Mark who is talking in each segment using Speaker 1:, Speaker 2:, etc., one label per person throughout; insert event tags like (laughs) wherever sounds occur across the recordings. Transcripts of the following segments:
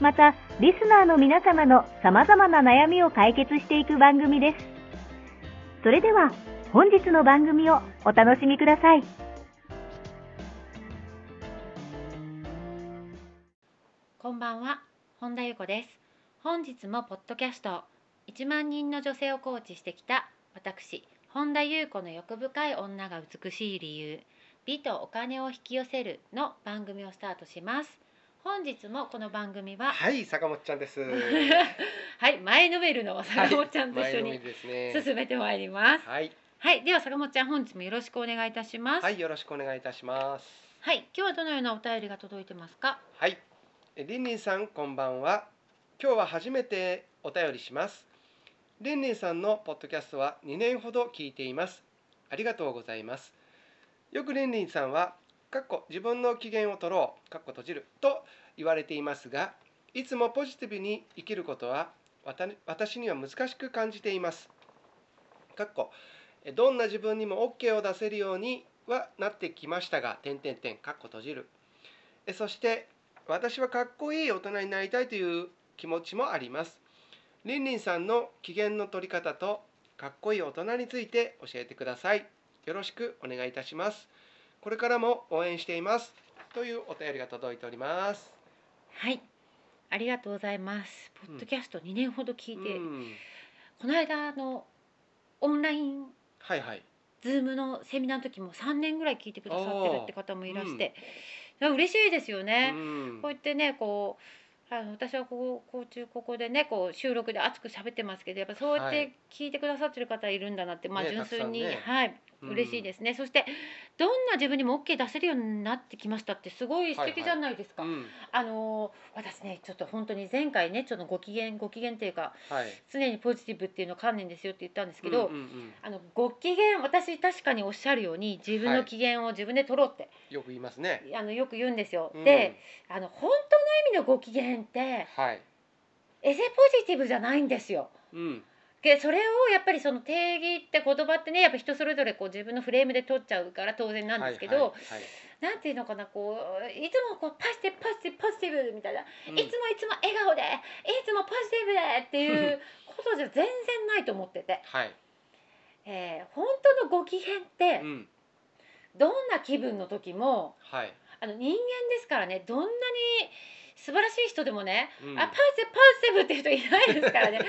Speaker 1: また、リスナーの皆様の様々な悩みを解決していく番組です。それでは、本日の番組をお楽しみください。
Speaker 2: こんばんは、本田裕子です。本日もポッドキャスト1万人の女性をコーチしてきた私、本田裕子の欲深い女が美しい理由、美とお金を引き寄せるの番組をスタートします。本日もこの番組は、
Speaker 3: はい、坂本ちゃんです。
Speaker 2: はい、前のめるの坂本ちゃんと一緒
Speaker 3: 前のめ
Speaker 2: に
Speaker 3: りですね。
Speaker 2: 進めてまいります。
Speaker 3: はい、
Speaker 2: はい、では坂本ちゃん本日もよろしくお願いいたします。
Speaker 3: はい、よろしくお願いいたします。
Speaker 2: はい、今日はどのようなお便りが届いてますか。
Speaker 3: はい、えリンリンさん、こんばんは。今日は初めてお便りします。リンリンさんのポッドキャストは2年ほど聞いています。ありがとうございます。よくリンリンさんは、かっこ自分の機嫌を取ろう、かっこ閉じると言われていますが、いつもポジティブに生きることはわた私には難しく感じています。かっこえどんな自分にも OK を出せるようにはなってきましたが、点点点、かっこ閉じる。えそして私はかっこいい大人になりたいという気持ちもありますりんりんさんの機嫌の取り方とかっこいい大人について教えてくださいよろしくお願いいたしますこれからも応援していますというお便りが届いております
Speaker 2: はい、ありがとうございます。ポッドキャスト2年ほど聞いて、
Speaker 3: うん
Speaker 2: この間あのオンライン
Speaker 3: はいはい
Speaker 2: ズームのセミナーの時も3年ぐらい聞いてくださってるって方もいらして、う嬉しいですよね。
Speaker 3: うん
Speaker 2: こうやってねこうあの私はこここう中ここでねこう収録で熱く喋ってますけどやっぱそうやっ
Speaker 3: は
Speaker 2: て
Speaker 3: い
Speaker 2: 聞いてくださってる方いるんだなって、まあ
Speaker 3: ね
Speaker 2: 純粋に、
Speaker 3: たくさんね
Speaker 2: はい嬉しいですね、そしてどんな自分にも OK 出せるようになってきましたってすごい素敵じゃないですか、
Speaker 3: うん
Speaker 2: あのー私ねちょっと本当に前回ねちょっとご機嫌ご機嫌っていうか
Speaker 3: はい
Speaker 2: 常にポジティブっていうのを観念ですよって言ったんですけど、
Speaker 3: うんうんうん
Speaker 2: あのご機嫌私確かにおっしゃるように自分
Speaker 3: は
Speaker 2: の
Speaker 3: い
Speaker 2: 機嫌を自分で取ろうって、
Speaker 3: よく言いますね
Speaker 2: あのよく言うんですよ。
Speaker 3: うん
Speaker 2: であの本当の意味のご機嫌って
Speaker 3: はい
Speaker 2: エセポジティブじゃないんですよ。
Speaker 3: うん
Speaker 2: でそれをやっぱりその定義って言葉ってねやっぱ人それぞれこう自分のフレームで取っちゃうから当然なんですけど、
Speaker 3: はいはい
Speaker 2: なんていうのかなこういつもこうパジティブパジティブパジティブみたいな、
Speaker 3: は
Speaker 2: い
Speaker 3: い
Speaker 2: つもいつも笑顔でいつもポジティブでっていうことじゃ全然ないと思ってて、
Speaker 3: はい
Speaker 2: えー本当のご機嫌って、
Speaker 3: うん
Speaker 2: どんな気分の時も
Speaker 3: はい
Speaker 2: あの人間ですからねどんなに素晴らしい人でもね、
Speaker 3: うん
Speaker 2: あパーセパーセブっていう人いないですから
Speaker 3: (laughs)
Speaker 2: ね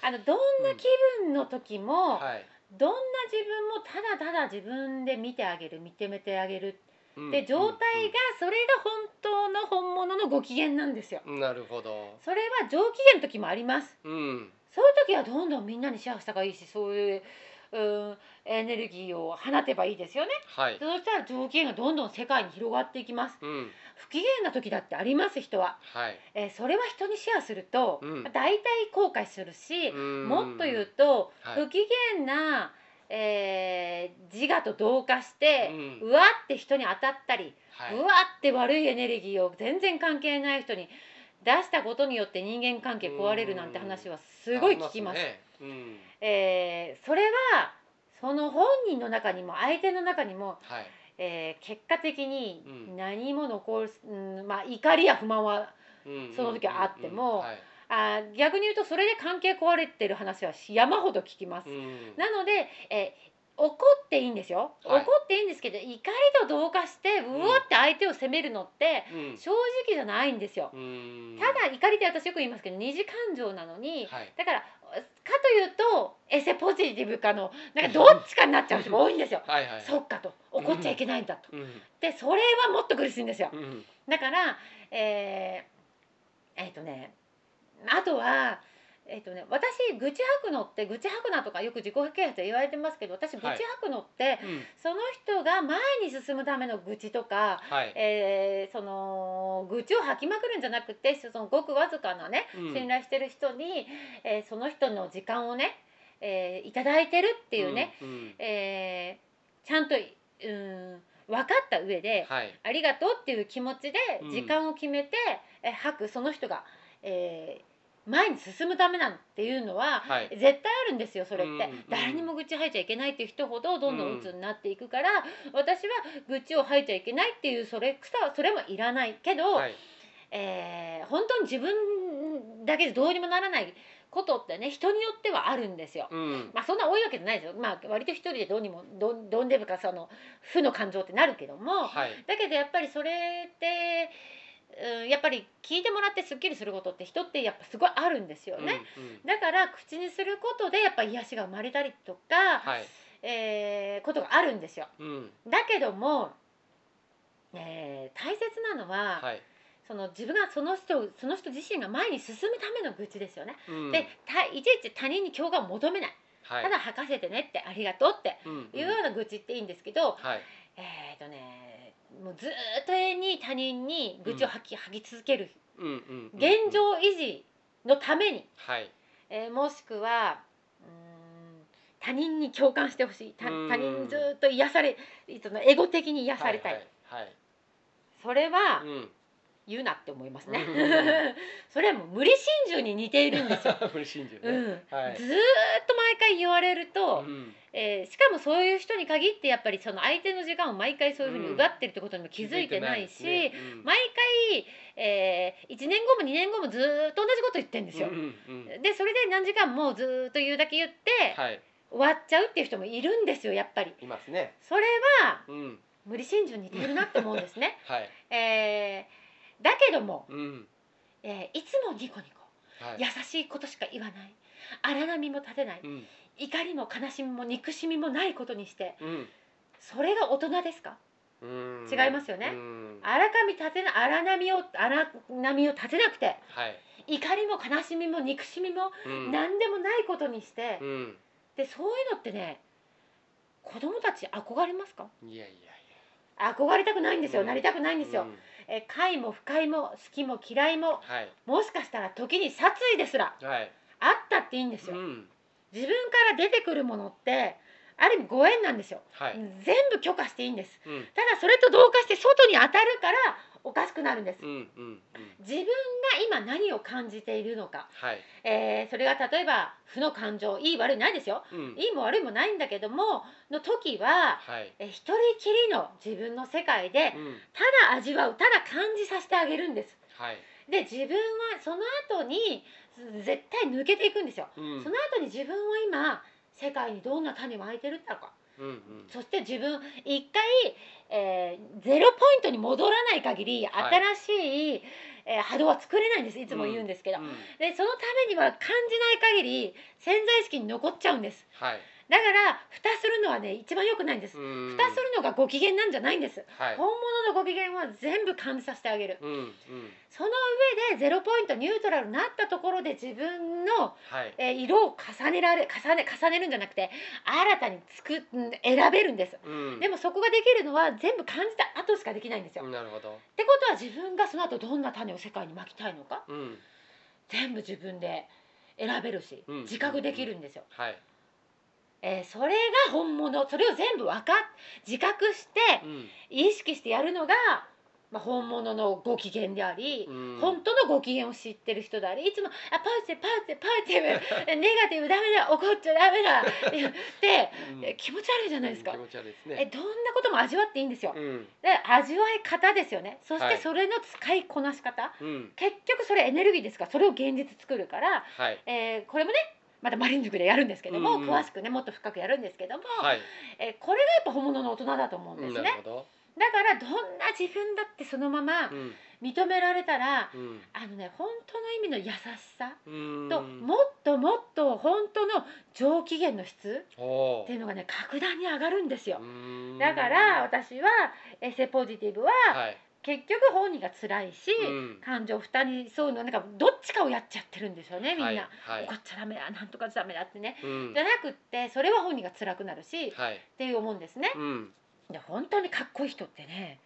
Speaker 2: あのどんな気分の時も、
Speaker 3: はい
Speaker 2: どんな自分もただただ自分で見てあげる認めてあげる
Speaker 3: うん
Speaker 2: で状態がそれが本当の本物のご機嫌なんですよ。
Speaker 3: うんうんなるほど
Speaker 2: それは上機嫌の時もあります。
Speaker 3: うん
Speaker 2: そういう時はどんどんみんなにシェアした方がいいしそういううんエネルギーを放てばいいですよね。
Speaker 3: はい
Speaker 2: そうしたら上機嫌がどんどん世界に広がっていきます。
Speaker 3: うん
Speaker 2: 不機嫌な時だってあります人は、
Speaker 3: はい
Speaker 2: えーそれは人にシェアすると、
Speaker 3: うん
Speaker 2: 大体後悔するし、も
Speaker 3: も
Speaker 2: っと言うと、
Speaker 3: はい
Speaker 2: 不機嫌な、えー自我と同化して、う
Speaker 3: うん
Speaker 2: わって人に当たったり、
Speaker 3: はいう
Speaker 2: わって悪いエネルギーを全然関係ない人に出したことによって人間関係壊れるなんて話はすごい聞きます。
Speaker 3: ありねうん
Speaker 2: えーそれはその本人の中にも相手の中にも
Speaker 3: はい
Speaker 2: えー結果的に
Speaker 3: うん
Speaker 2: 何も残す、うんまあ、怒りや不満は
Speaker 3: うん
Speaker 2: その時はあっても
Speaker 3: うんはい
Speaker 2: あー逆に言うとそれで関係壊れてる話は山ほど聞きます。
Speaker 3: うん
Speaker 2: なので、え怒っていいんですよ、
Speaker 3: はい
Speaker 2: 怒っていいんですけど怒りと同化してうおって相手を責めるのって
Speaker 3: うん
Speaker 2: 正直じゃないんですよ、
Speaker 3: うん
Speaker 2: ただ怒りって私よく言いますけど二次感情なのに、
Speaker 3: はい。
Speaker 2: だからかというとエセポジティブかのなんかどっちかになっちゃう人が多いんですよ
Speaker 3: はいはい
Speaker 2: そっかと怒っちゃいけないんだと、
Speaker 3: うん
Speaker 2: でそれはもっと苦しいんですよ
Speaker 3: うん
Speaker 2: だからえー、えっ、とねあとはえっ、とね私愚痴吐くのって愚痴吐くなとかよく自己啓発で言われてますけど私愚痴
Speaker 3: はい
Speaker 2: 吐くのって、
Speaker 3: うん
Speaker 2: その人が前に進むための愚痴とか、
Speaker 3: はい
Speaker 2: えーその愚痴を吐きまくるんじゃなくてそのごくわずかなね
Speaker 3: うん
Speaker 2: 信頼してる人に、えーその人の時間をね、えーいただいてるっていうね、
Speaker 3: うんうん
Speaker 2: えーちゃんと、うん、分かった上で、
Speaker 3: はい
Speaker 2: ありがとうっていう気持ちで
Speaker 3: うん
Speaker 2: 時間を決めて、えー吐くその人が、えー前に進むためなんていうのは、
Speaker 3: はい
Speaker 2: 絶対あるんですよそれって、
Speaker 3: うんうん
Speaker 2: 誰にも愚痴吐いちゃいけないっていう人ほどどんどん鬱になっていくから、私は愚痴を吐いちゃいけないっていうそれ草はそれもいらないけど、
Speaker 3: はい
Speaker 2: えー本当に自分だけでどうにもならないことってね人によってはあるんですよ。
Speaker 3: うん
Speaker 2: まあそんな多いわけじゃないですよ。まあ割と一人でどうにもどんどんでぶかその負の感情ってなるけども、
Speaker 3: はい
Speaker 2: だけどやっぱりそれって、うん、やっぱり聞いてもらってすっきりすることって人ってやっぱすごいあるんですよね。
Speaker 3: うんうん
Speaker 2: だから口にすることでやっぱ癒しが生まれたりとか、
Speaker 3: はい
Speaker 2: えーことがあるんですよ。
Speaker 3: うん
Speaker 2: だけども、えー大切なのは、
Speaker 3: はい
Speaker 2: その自分がその人その人自身が前に進むための愚痴ですよね。
Speaker 3: うん
Speaker 2: でたいちいち他人に共感を求めない、
Speaker 3: はい
Speaker 2: ただ吐かせてねってありがとうって
Speaker 3: うんうん
Speaker 2: いうような愚痴っていいんですけど、
Speaker 3: はい
Speaker 2: えーとねもうずーっと永遠に他人に愚痴を吐き,、吐き続ける
Speaker 3: うんうんうん
Speaker 2: 現状維持のために、
Speaker 3: はい
Speaker 2: えーもしくはうーん他人に共感してほしい他
Speaker 3: うん
Speaker 2: 他人にずーっと癒されそのエゴ的に癒されたい、
Speaker 3: はい
Speaker 2: それ
Speaker 3: は
Speaker 2: は
Speaker 3: はいうん
Speaker 2: 言うなって思いますね、
Speaker 3: うんうんう
Speaker 2: (laughs) それはもう無理心中に似ているんですよ、
Speaker 3: 嬉しいんだ
Speaker 2: う
Speaker 3: よ
Speaker 2: ん
Speaker 3: ね (laughs) はい
Speaker 2: ずーっと毎回言われると、
Speaker 3: うん
Speaker 2: えーしかもそういう人に限ってやっぱりその相手の時間を毎回そういうふうに奪ってるってことにも気づいてないし、
Speaker 3: 気づいてないねうん
Speaker 2: 毎回、えー1年後も2年後もずーっと同じこと言ってるんですよ。
Speaker 3: うんうんうん
Speaker 2: でそれで何時間もずーっと言うだけ言って、
Speaker 3: はい
Speaker 2: 終わっちゃうっていう人もいるんですよやっぱり。
Speaker 3: いますね
Speaker 2: それは
Speaker 3: うん
Speaker 2: 無理心中に似てるなと思うんですね。 (laughs)
Speaker 3: はい
Speaker 2: えーだけども、
Speaker 3: うん
Speaker 2: えーいつもニコニコ
Speaker 3: はい
Speaker 2: 優しいことしか言わない荒波も立てない
Speaker 3: うん
Speaker 2: 怒りも悲しみも憎しみもないことにして
Speaker 3: うん
Speaker 2: それが大人ですか
Speaker 3: うん
Speaker 2: 違いますよね
Speaker 3: うん
Speaker 2: 荒波立てな荒波を荒波を立てなくて
Speaker 3: はい
Speaker 2: 怒りも悲しみも憎しみも
Speaker 3: うん
Speaker 2: 何でもないことにして、
Speaker 3: うん
Speaker 2: でそういうのってね子供たち憧れますか
Speaker 3: いやいやいや
Speaker 2: 憧れたくないんですよ、
Speaker 3: うん
Speaker 2: なりたくないんですよ、
Speaker 3: うん
Speaker 2: え快も不快も好きも嫌いも
Speaker 3: はい
Speaker 2: もしかしたら時に殺意ですら
Speaker 3: はい
Speaker 2: あったっていいんです
Speaker 3: う
Speaker 2: よ、
Speaker 3: ん
Speaker 2: 自分から出てくるものってある意味ご縁なんですよ、
Speaker 3: はい
Speaker 2: 全部許可していいんです
Speaker 3: うん
Speaker 2: ただそれと同化して外に当たるからおかしくなるんです、
Speaker 3: うんうんうん
Speaker 2: 自分が今何を感じているのか、
Speaker 3: はい
Speaker 2: えーそれが例えば負の感情いい悪いないですよ
Speaker 3: うん
Speaker 2: いいも悪いもないんだけどもの時は、
Speaker 3: はい
Speaker 2: えー一人きりの自分の世界で
Speaker 3: うん
Speaker 2: ただ味わうただ感じさせてあげるんです
Speaker 3: はい
Speaker 2: で自分はその後にす絶対抜けていくんですよ、
Speaker 3: うん
Speaker 2: その後に自分は今世界にどんな種をまいてるんだか、
Speaker 3: うんうん
Speaker 2: そして自分一回、えーゼロポイントに戻らない限り
Speaker 3: はい
Speaker 2: 新しい、えー波動は作れないんですいつも言うんですけど、
Speaker 3: うん
Speaker 2: でそのためには感じない限り潜在意識に残っちゃうんです
Speaker 3: はい
Speaker 2: だから蓋するのはね一番良くないんです、
Speaker 3: うん
Speaker 2: 蓋するのがご機嫌なんじゃないんです
Speaker 3: はい
Speaker 2: 本物のご機嫌は全部感じさせてあげる
Speaker 3: うんうん
Speaker 2: その上でゼロポイントニュートラルになったところで自分の
Speaker 3: はい
Speaker 2: えー色を重ねられ重ね重ねるんじゃなくて新たに作っん選べるんです
Speaker 3: うん
Speaker 2: でもそこができるのは全部感じた後しかできないんですよ、っ
Speaker 3: なるほど
Speaker 2: てことは自分がその後どんな種を世界にまきたいのか
Speaker 3: うん
Speaker 2: 全部自分で選べるし、
Speaker 3: うん
Speaker 2: 自覚できるんですよ、
Speaker 3: はい
Speaker 2: えーそれが本物それを全部分かっ自覚して
Speaker 3: うん
Speaker 2: 意識してやるのが、まあ、本物のご機嫌であり、
Speaker 3: うん
Speaker 2: 本当のご機嫌を知ってる人でありいつも「あパウチパウチパウチ (laughs) ネガティブダメだ怒っちゃダメだ」っ
Speaker 3: (laughs)
Speaker 2: て言って
Speaker 3: うん
Speaker 2: え気持ち悪いじゃないですか
Speaker 3: 気。持ち悪いです
Speaker 2: え
Speaker 3: ね
Speaker 2: どんなことも味わっていいんですよ
Speaker 3: う。ん
Speaker 2: で味わい方ですよね。そし
Speaker 3: は
Speaker 2: て
Speaker 3: い
Speaker 2: それの使いこなし方。
Speaker 3: うん
Speaker 2: 結局それエネルギーですからそれを現実作るから、
Speaker 3: はい
Speaker 2: えーこれもねまたマリン塾でやるんですけども、
Speaker 3: うんうん
Speaker 2: 詳しくねもっと深くやるんですけども、
Speaker 3: はい、
Speaker 2: えーこれがやっぱ本物の大人だと思うんです
Speaker 3: なる
Speaker 2: ね
Speaker 3: ほど、
Speaker 2: だからどんな自分だってそのまま
Speaker 3: うん
Speaker 2: 認められたら、
Speaker 3: うん
Speaker 2: あのね本当の意味の優しさ
Speaker 3: うん
Speaker 2: と、もっともっと本当の上機嫌の質
Speaker 3: お
Speaker 2: っ
Speaker 3: ー
Speaker 2: ていうのがね格段に上がるんですよ
Speaker 3: う。ん
Speaker 2: だから私はエセポジティブは
Speaker 3: はい
Speaker 2: 結局本人が辛いし、
Speaker 3: うん
Speaker 2: 感情負担にそういうのなんかどっちかをやっちゃってるんですよねみんな、
Speaker 3: はいはい
Speaker 2: 怒っちゃダメだなんとかダメだってね、
Speaker 3: うん
Speaker 2: じゃなくってそれは本人が辛くなるし、っ
Speaker 3: はい
Speaker 2: ていう思うんですね (laughs)
Speaker 3: うん
Speaker 2: で本当にかっこいい人ってね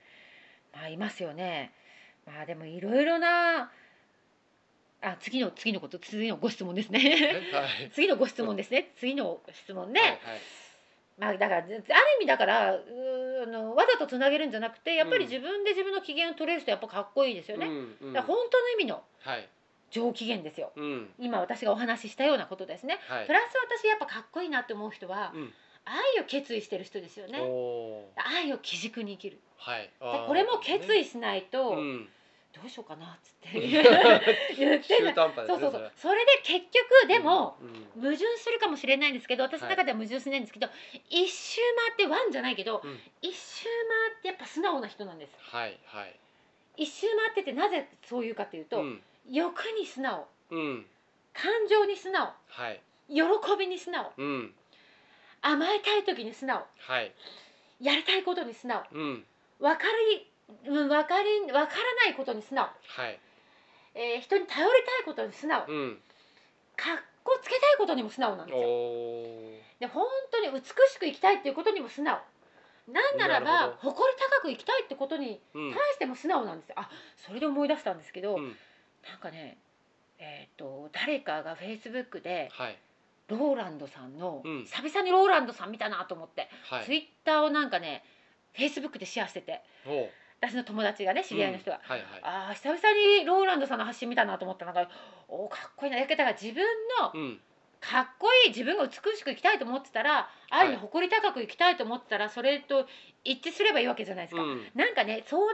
Speaker 2: まあいますよねまあでもいろいろなあ次の次のこと次のご質問です
Speaker 3: え
Speaker 2: ね
Speaker 3: はい
Speaker 2: (laughs) 次のご質問ですね次の質問ね、
Speaker 3: はいはい
Speaker 2: まあ、だからある意味だからうーあのわざとつなげるんじゃなくてやっぱり
Speaker 3: うん
Speaker 2: 自分で自分の機嫌を取れる人はやっぱかっこいいですよね、
Speaker 3: うんうん
Speaker 2: だから本当の意味の
Speaker 3: はい
Speaker 2: 上機嫌ですよ
Speaker 3: うん
Speaker 2: 今私がお話ししたようなことですね
Speaker 3: はい
Speaker 2: プラス私やっぱかっこいいなって思う人は
Speaker 3: うん
Speaker 2: 愛を決意してる人ですよね
Speaker 3: おー
Speaker 2: 愛を基軸に生きる
Speaker 3: はい
Speaker 2: だからこれも決意しないと
Speaker 3: を
Speaker 2: ど
Speaker 3: ん
Speaker 2: うしようかなっつ
Speaker 3: (laughs)
Speaker 2: って
Speaker 3: うん
Speaker 2: 言って
Speaker 3: 中
Speaker 2: る
Speaker 3: 途半端で
Speaker 2: (laughs) そ
Speaker 3: すね
Speaker 2: うそうそ
Speaker 3: れは
Speaker 2: うそれで結局でも
Speaker 3: うんうん
Speaker 2: 矛盾するかもしれないんですけど私の中では矛盾しないんですけど一周回ってワンじゃないけど
Speaker 3: うん
Speaker 2: 一周回ってやっぱ素直な人なんです
Speaker 3: はいはい
Speaker 2: 一周回っててなぜそういうかというと、
Speaker 3: うん
Speaker 2: 欲に素直
Speaker 3: うん
Speaker 2: 感情に素直
Speaker 3: はい
Speaker 2: 喜びに素直
Speaker 3: うん
Speaker 2: 甘えたい時に素直
Speaker 3: はい
Speaker 2: やりたいことに素直
Speaker 3: うん
Speaker 2: 分かりうん分かり分からないことに素直、
Speaker 3: はい
Speaker 2: えー人に頼りたいことに素直かっ
Speaker 3: うん
Speaker 2: こつけたいことにも素直なんですよ
Speaker 3: おー
Speaker 2: で本当に美しく生きたいっていうことにも素直なんなら
Speaker 3: なる
Speaker 2: ば誇り高く生きたいってことに
Speaker 3: うん
Speaker 2: 対しても素直なんですよあそれで思い出したんですけど、
Speaker 3: うん
Speaker 2: なんかねえー、と誰かがフェイスブックで
Speaker 3: はい
Speaker 2: ローランドさんの、
Speaker 3: うん
Speaker 2: 久々にローランドさん見たなと思って、
Speaker 3: は
Speaker 2: ツイ
Speaker 3: い
Speaker 2: ッターをなんかねフェイスブックでシェアしてて
Speaker 3: おー
Speaker 2: 私の友達がね知り合いの人が、
Speaker 3: うんはいはい
Speaker 2: ああ久々にローランドさんの発信見たなと思ったなんかおーかっこいいなやけたが自分の
Speaker 3: うん
Speaker 2: かっこいい自分が美しく生きたいと思ってたら愛に誇り高く生きたいと思ってたらそれと一致すればいいわけじゃないです
Speaker 3: う
Speaker 2: か、
Speaker 3: ん
Speaker 2: なんかね相談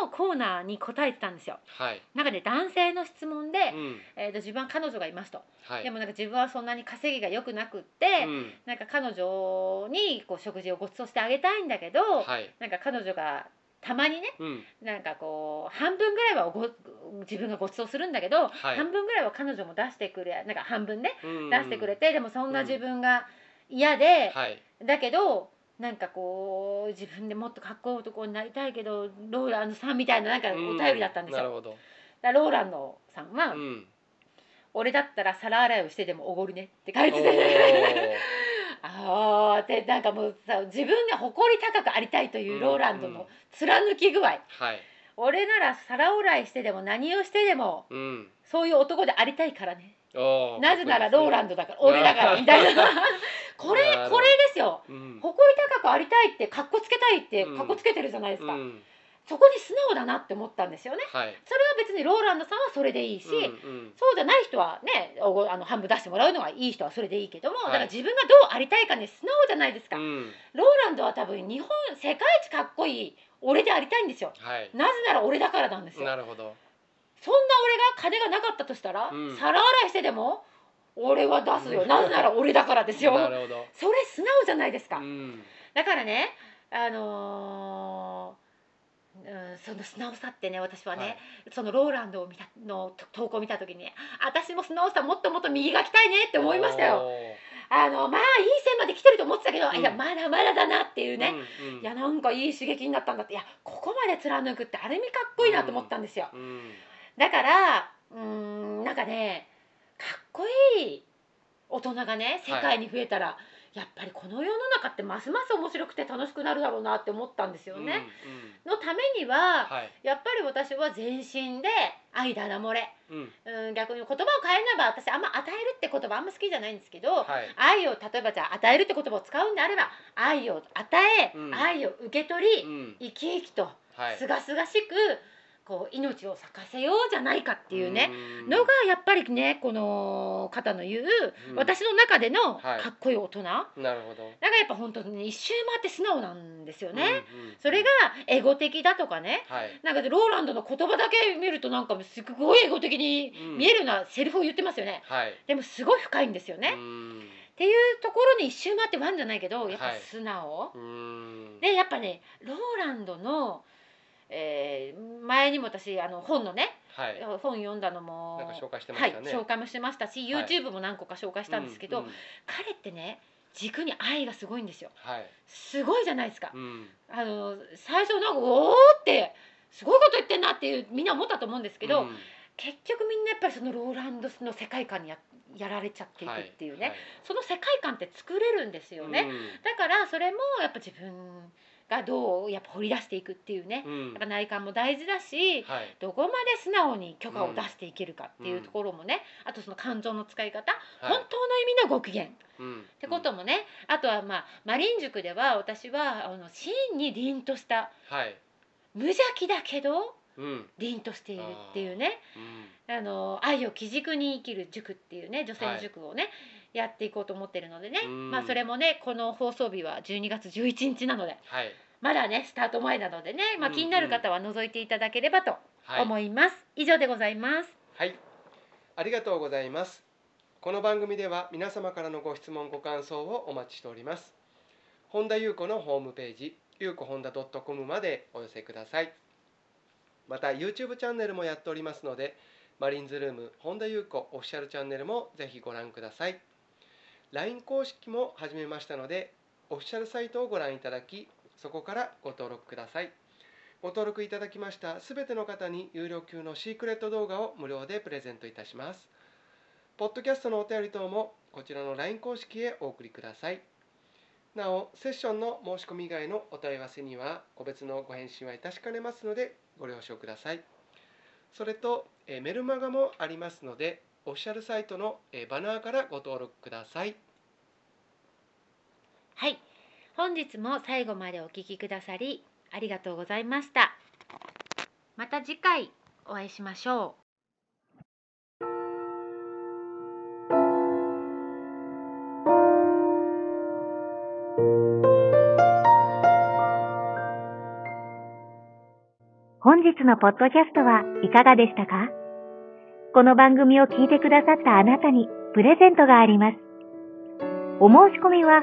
Speaker 2: のコーナーに答えてたんですよ
Speaker 3: はい
Speaker 2: なんかね男性の質問で、
Speaker 3: うん
Speaker 2: えー、と自分は彼女がいますと、
Speaker 3: はい
Speaker 2: でもなんか自分はそんなに稼ぎが良くなくって、
Speaker 3: うん
Speaker 2: なんか彼女にこう食事をご馳走してあげたいんだけど、
Speaker 3: はい
Speaker 2: なんか彼女がたまにね
Speaker 3: うん
Speaker 2: なんかこう半分ぐらいはご自分がご馳走するんだけど、
Speaker 3: はい
Speaker 2: 半分ぐらいは彼女も出してくれなんか半分ね
Speaker 3: うん
Speaker 2: 出してくれて、でもそんな自分が嫌で、
Speaker 3: はい
Speaker 2: だけどなんかこう自分でもっとかっこいい男になりたいけどローランドさんみたいななんかお便りだったんです
Speaker 3: うなる
Speaker 2: よ。
Speaker 3: ほど
Speaker 2: だからローランドさんは、
Speaker 3: うん
Speaker 2: 俺だったら皿洗いをしてでもおごるね」って書い
Speaker 3: お
Speaker 2: て
Speaker 3: ー
Speaker 2: て (laughs) ああってなんかもうさ自分が誇り高くあり (laughs) たいというローランド
Speaker 3: うんう
Speaker 2: の
Speaker 3: ん
Speaker 2: 貫き具合、
Speaker 3: はい
Speaker 2: 俺なら皿洗いしてでも何をしてでも
Speaker 3: うん
Speaker 2: そういう男でありたいからね
Speaker 3: おー
Speaker 2: なぜなら
Speaker 3: かっ
Speaker 2: ロー
Speaker 3: こい
Speaker 2: ラ
Speaker 3: い
Speaker 2: ンドだから俺だからみたい
Speaker 3: (laughs)
Speaker 2: なこ
Speaker 3: なるほ
Speaker 2: れ
Speaker 3: ど
Speaker 2: これですよ
Speaker 3: ですねうん
Speaker 2: 誇り高くありたいってかっこつけたいって
Speaker 3: うん
Speaker 2: かっこつけてるじゃないですか、
Speaker 3: うん
Speaker 2: そこに素直だなって思ったんですよね
Speaker 3: はい
Speaker 2: それは別にローランドさんはそれでいいし、
Speaker 3: うんうん
Speaker 2: そうじゃない人はねおごあの半分出してもらうのがいい人はそれでいいけども、
Speaker 3: はい
Speaker 2: だから自分がどうありたいかね素直じゃないですか、
Speaker 3: うん
Speaker 2: ローランドは多分日本世界一かっこいい俺でありたいんですよ
Speaker 3: はい
Speaker 2: なぜなら俺だからなんですよ
Speaker 3: なるほど
Speaker 2: そんな俺が金がなかったとしたら、
Speaker 3: うん
Speaker 2: 皿洗いしてでも俺は出すよ、
Speaker 3: うん
Speaker 2: なぜなら俺だからですよ
Speaker 3: なる
Speaker 2: (laughs)
Speaker 3: ほど
Speaker 2: それ素直じゃないですか、
Speaker 3: うん
Speaker 2: だからねあのーうん、その素直さってね私はね、
Speaker 3: はい
Speaker 2: そのローランドを見たのと投稿を見た時に私も素直さもっともっと右が来たいねって思いましたよあのまあいい線まで来てると思ってたけど、
Speaker 3: うん
Speaker 2: いやまだまだだなっていう
Speaker 3: おー
Speaker 2: ね、
Speaker 3: うんうん
Speaker 2: いやなんかいい刺激になったんだっていやここまで貫くってある意味かっこいいなと思ったんですよ、
Speaker 3: うん
Speaker 2: だからうーんなんかねかっこいい大人がね世界に増えたら、やっぱりこの世の中ってますます面白くて楽しくなるだろうなって思ったんですよね。
Speaker 3: うんうん
Speaker 2: のためには、
Speaker 3: はい
Speaker 2: やっぱり私は全身で愛だだ漏れ、
Speaker 3: うん
Speaker 2: うん、逆に言葉を変えれば私あんま与えるって言葉あんま好きじゃないんですけど、
Speaker 3: はい
Speaker 2: 愛を例えばじゃあ与えるって言葉を使うんであれば愛を与え、
Speaker 3: うん
Speaker 2: 愛を受け取り、
Speaker 3: うん
Speaker 2: 生き生きと
Speaker 3: はい
Speaker 2: すがすがしくこう命を咲かせようじゃないかっていうね、のがやっぱりねこの方の言う、
Speaker 3: うん
Speaker 2: 私の中での
Speaker 3: はい
Speaker 2: かっこいい大人、
Speaker 3: なるほど
Speaker 2: だからやっぱ本当に一周回って素直なんですよね。
Speaker 3: うんうん
Speaker 2: それがエゴ的だとかね
Speaker 3: はい
Speaker 2: なんかでローランドの言葉だけ見るとなんかすごいエゴ的に見えるようなセリフを言ってますよね。
Speaker 3: はい
Speaker 2: でもすごい深いんですよね。
Speaker 3: う
Speaker 2: っ
Speaker 3: ん
Speaker 2: ていうところに一周回ってワンじゃないけどやっぱ
Speaker 3: はい
Speaker 2: 素直、
Speaker 3: うん
Speaker 2: でやっぱねローランドの、えー前にも私あの本のね
Speaker 3: はい
Speaker 2: 本読んだのも
Speaker 3: なんか紹介してましたね
Speaker 2: はい、紹介もしてましたし
Speaker 3: はい
Speaker 2: YouTube も何個か紹介したんですけど、
Speaker 3: うんうん
Speaker 2: 彼ってね軸に愛がすごいんですよ
Speaker 3: はい
Speaker 2: すごいじゃないですか、
Speaker 3: うん
Speaker 2: あの最初なんかおおってすごいこと言ってんなっていうみんな思ったと思うんですけど、
Speaker 3: うん
Speaker 2: 結局みんなやっぱりそのローランドの世界観にややられちゃっていくっていうね、
Speaker 3: は
Speaker 2: その世界観って作れるんですよね、だからそれもやっぱ自分がどうやっぱ掘り出していくっていうね、
Speaker 3: うんうん
Speaker 2: やっぱ内観も大事だし
Speaker 3: はい
Speaker 2: どこまで素直に許可を出していけるかっていうところもね、あとその感情の使い方、
Speaker 3: はい
Speaker 2: 本当の意味のご機嫌っ
Speaker 3: うん
Speaker 2: てこともね、あとはまあマリン塾では私はあの真に凛とした
Speaker 3: はい
Speaker 2: 無邪気だけど
Speaker 3: うん
Speaker 2: 凛としているっていうね
Speaker 3: うん
Speaker 2: あの愛を基軸に生きる塾っていうね女性の塾をね、やっていこうと思ってるのでね、
Speaker 3: うん
Speaker 2: まあそれもねこの放送日は12月11日なので
Speaker 3: はい
Speaker 2: まだねスタート前なのでね、まあ、
Speaker 3: うん
Speaker 2: 気になる方は覗いていただければと
Speaker 3: はい
Speaker 2: 思います、以上でございます
Speaker 3: はい、ありがとうございます。この番組では皆様からのご質問ご感想をお待ちしております。本田裕子のホームページ、ゆうこ本田 .com までお寄せください。また YouTube チャンネルもやっておりますので、マリンズルーム本田裕子オフィシャルチャンネルもぜひご覧ください。LINE 公式も始めましたので、オフィシャルサイトをご覧いただき、そこからご登録ください。ご登録いただきましたすべての方に有料級のシークレット動画を無料でプレゼントいたします。ポッドキャストのお便り等もこちらの LINE 公式へお送りください。なお、セッションの申し込み以外のお問い合わせには個別のご返信はいたしかねますのでご了承ください。それと、えーメルマガもありますので、オフィシャルサイトのえーバナーからご登録ください。
Speaker 2: はい本日も最後までお聞きくださりありがとうございましたまた次回お会いしましょう
Speaker 1: 本日のポッドキャストはいかがでしたかこの番組を聞いてくださったあなたにプレゼントがあります。お申し込みは、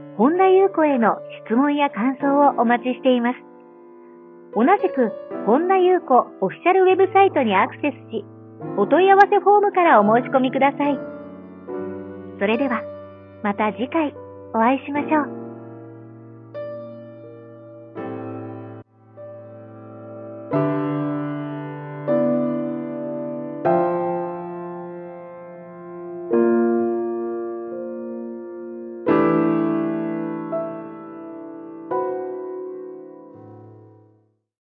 Speaker 1: 本田ゆうこへの質問や感想をお待ちしています。同じく、本田ゆうこオフィシャルウェブサイトにアクセスし、お問い合わせフォームからお申し込みください。それでは、また次回お会いしましょう。